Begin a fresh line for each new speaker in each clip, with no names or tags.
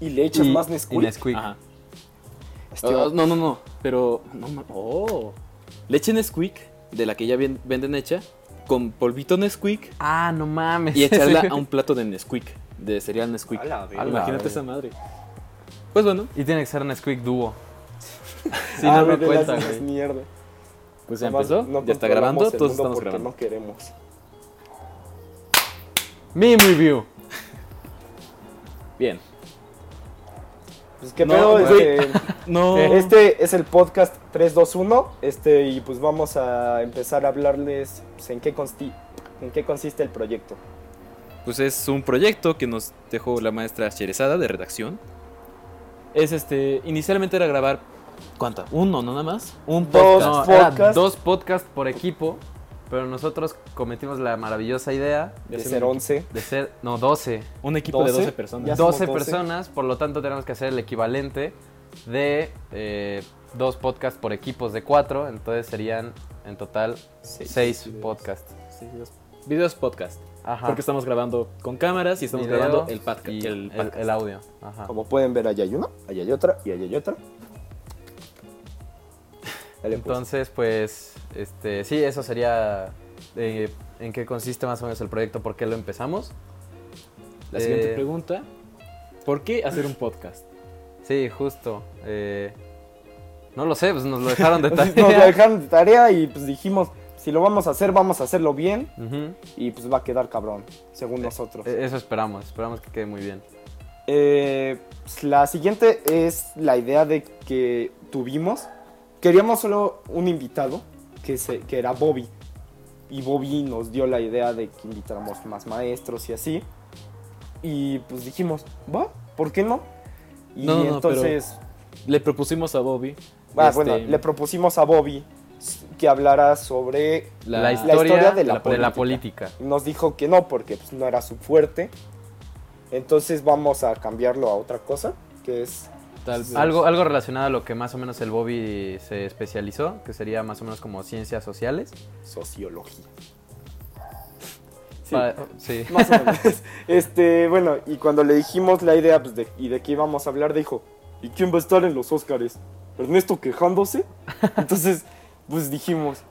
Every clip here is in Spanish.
Y le echas
Y-
más
Y
Nesquik.
Nesquik.
Ajá.
Este,
Oh, no, no, no. Pero. No, ma- oh. Leche Nesquik, de la que ya ven- venden hecha, con polvito Nesquik
Ah, no mames.
y echarla a un plato de Nesquik, de cereal Nesquik.
A la verga.
Imagínate
A la
esa madre. Pues bueno,
Y tiene que ser Nesquik dúo. Si no,
ah,
no
vete, las
cuenta,
haces
güey.
mierda.
pues ya
Nada más
empezó.
no
ya está
controlamos
grabando,
el
todos
mundo
estamos
porque
grabando.
No queremos.
Meme review.
Bien.
Pues qué
No,
pedo,
güey.
este,
No.
este es el podcast 321, este, y pues vamos a empezar a hablarles pues, en, qué consti- en qué consiste el proyecto.
Pues es un proyecto que nos dejó la maestra Cherezada de redacción. Es este. Inicialmente era grabar. ¿Cuánta? Uno, no nada más. Un
Dos.
podcast.
No, era
podcasts.
dos podcasts por equipo, pero nosotros cometimos la maravillosa idea
De
hacer
ser
un-
11.
de ser, no, 12.
Un equipo de 12 personas.
Ya somos
12
12.
personas, por lo tanto tenemos que hacer el equivalente de eh, dos podcasts por equipos de cuatro, entonces serían en total
Seis.
seis
Videos.
podcasts.
Sí, videos, videos podcast.
Ajá.
Porque estamos grabando con cámaras y estamos
Video
grabando el, podcast.
y
el
el,
podcast.
el audio. Ajá.
Como pueden ver, allá hay una, allá hay otra y allá hay otra. Dale, pues.
Entonces, pues, este, sí, eso sería eh, en qué consiste más o menos el proyecto, por qué lo empezamos.
La siguiente
Eh,
pregunta. ¿Por qué hacer un podcast?
Sí, justo. eh, no lo sé, pues nos lo dejaron de
Entonces,
tarea.
nos lo dejaron de tarea y pues dijimos, si lo vamos a hacer, vamos a hacerlo bien
Ujú,
y pues va a quedar cabrón,
Eh,
según nosotros.
e- Eso esperamos, esperamos que quede muy bien.
Eh, pues, la siguiente es la idea de que tuvimos. Queríamos solo un invitado, que, se, que era Bobby. Y Bobby nos dio la idea de que invitáramos más maestros y así. Y pues dijimos, va, ¿por qué no? Y
No, no, no, pero-
entonces,
Le propusimos a Bobby.
ah,
este,
bueno, le propusimos a Bobby que hablara sobre...
La,
la,
historia,
historia
de,
de
la
la
política.
Nos dijo que no, porque pues, no era su fuerte. Entonces vamos a cambiarlo a otra cosa, que es
tal vez-
Algo, algo relacionado a lo que más o menos el Bobby se especializó, que sería más o menos como ciencias sociales.
sociología.
Pa-
Sí.
Sí.
Más o menos. Este, bueno, y cuando le dijimos la idea pues, de- y de qué íbamos a hablar, dijo, ¿y quién va a estar en los Óscares? ¿Ernesto quejándose? Entonces, pues dijimos,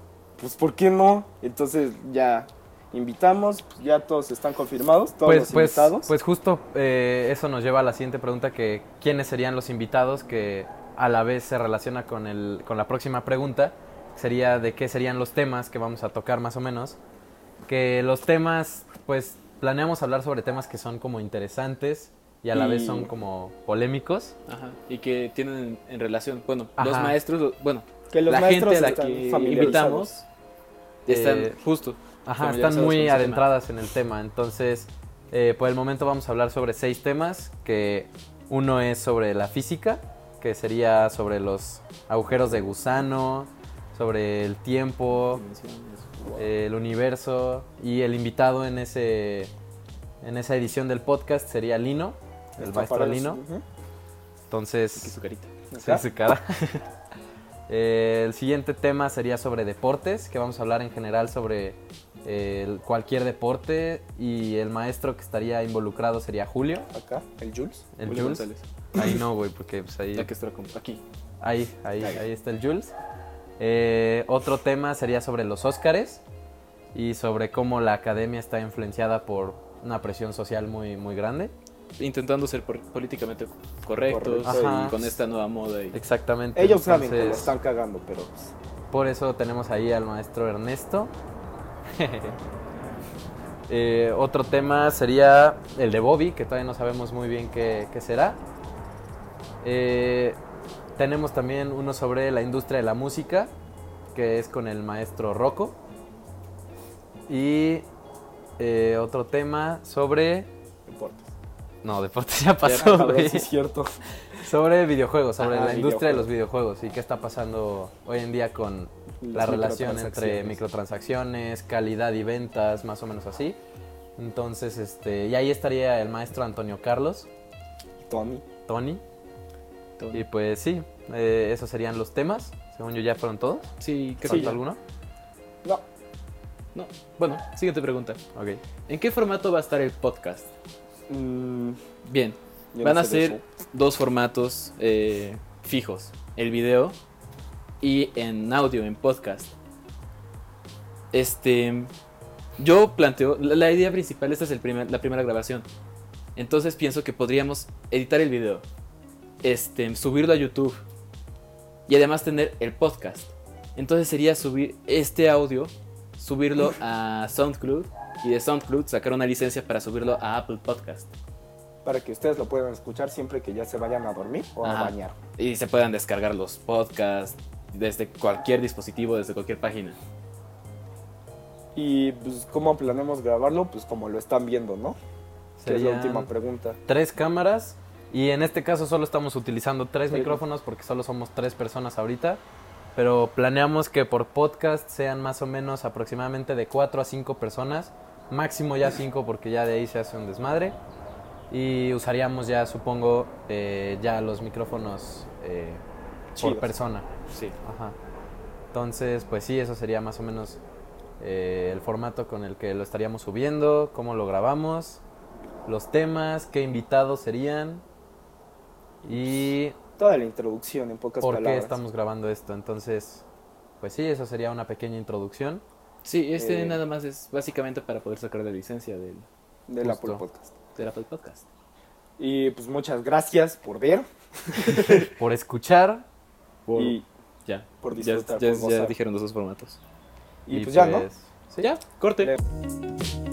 pues ¿por qué no? Entonces ya invitamos, pues, ya todos están confirmados, todos
Pues,
los
pues,
invitados.
pues justo eh, eso nos lleva a la siguiente pregunta, que quiénes serían los invitados que a la vez se relaciona con, el, con la próxima pregunta, sería de qué serían los temas que vamos a tocar más o menos. Que los temas, pues planeamos hablar sobre temas que son como interesantes y a la vez
Y-
son como polémicos.
Ajá, y que tienen en relación, bueno, los
Ajá.
maestros, lo- bueno,
que los
la
maestros
gente a la
están
que
familiarizados.
invitamos están
Eh,
justo.
Ajá,
familiarizados
están
con ese
muy
tema.
adentradas en el tema. Entonces, eh, por el momento vamos a hablar sobre seis temas, que uno es sobre la física, que sería sobre los agujeros de gusano, sobre el tiempo, eh, el universo, y el invitado en, ese, en esa edición del podcast sería Lino, el
Está
maestro
para los-
Lino.
Ujú.
Aquí
Entonces,
su carita.
Sí,
Ajá.
su cara. Eh, el siguiente tema sería sobre deportes, que vamos a hablar en general sobre eh, el- cualquier deporte y el maestro que estaría involucrado sería Julio.
Acá, el Jules.
El
Julio
Jules.
González.
Ahí no, güey, porque pues, ahí,
La que está con- aquí.
ahí, ahí,
Ahí.
ahí está el Jules. Eh, otro tema sería sobre los Óscares y sobre cómo la academia está influenciada por una presión social muy, muy grande.
Intentando ser por- políticamente correctos
Correcto.
y
Ajá.
con esta nueva moda. y-
Exactamente.
Ellos saben que lo
entonces-
están cagando, pero pues,
Por eso tenemos ahí al maestro Ernesto. Eh, otro tema sería el de Bobby, que todavía no sabemos muy bien qué, qué será. Eh, tenemos también uno sobre la industria de la música, que es con el maestro Rocco. Y eh, otro tema sobre...
no importa.
No, deportes ya
Ah,
pasó,
cabrón,
güey.
sí es cierto.
Sobre videojuegos, sobre
Ajá,
la industria de los videojuegos y qué está pasando hoy en día con la
Las
relación entre
microtransacciones.
microtransacciones, calidad y ventas, más o menos así. Entonces, este, y ahí estaría el maestro Antonio Carlos,
Tommy.
Tony.
todo.
Y pues sí, eh, esos serían los temas. Según yo ya fueron todos.
Sí, creo
¿Falta
que ya.
alguno?
No,
No. Bueno, siguiente pregunta.
Ok.
¿En qué formato va a estar el podcast?
Mm,
Bien,
Yo
Van
no
a
sé de
ser
eso.
dos formatos eh, fijos: el video y en audio, en podcast. Este. Yo planteo. La, la idea principal, esta es el primer- la primera grabación. Entonces pienso que podríamos editar el video, este, subirlo a YouTube y además tener el podcast. Entonces sería subir este audio, subirlo a SoundCloud y de SoundCloud sacar una licencia para subirlo a Apple Podcast.
Para que ustedes lo puedan escuchar siempre que ya se vayan a dormir o
Ajá.
a bañar.
y se puedan descargar los podcasts desde cualquier dispositivo, desde cualquier página.
Y pues, ¿cómo planeamos grabarlo? Pues como lo están viendo, ¿no? Que es la
Serían
última pregunta.
tres cámaras y en este caso solo estamos utilizando tres
Sí.
micrófonos porque solo somos tres personas ahorita. Pero planeamos que por podcast sean más o menos aproximadamente de cuatro a cinco personas. Máximo ya cinco porque ya de ahí se hace un desmadre. Y usaríamos ya, supongo, eh, ya los micrófonos eh, por
Chidos.
persona.
Sí.
Ajá. Entonces, pues sí, eso sería más o menos eh, el formato con el que lo estaríamos subiendo, cómo lo grabamos, los temas, qué invitados serían y
Toda la introducción en pocas
por qué
Pues, palabras.
estamos grabando esto. Entonces, pues sí, eso sería una pequeña introducción.
Sí, este
Eh.
nada más es básicamente para poder sacar la licencia del,
Del
Justo.
Apple Podcast.
del Apple Podcast.
Y pues muchas gracias por ver
Por escuchar
y,
ya.
por
Ya-
disfrutar,
ya,
por
ya
gozar.
dijeron los dos formatos.
y, pues ya, pues ¿no?
pues, sí.
Ya, corte.
Le-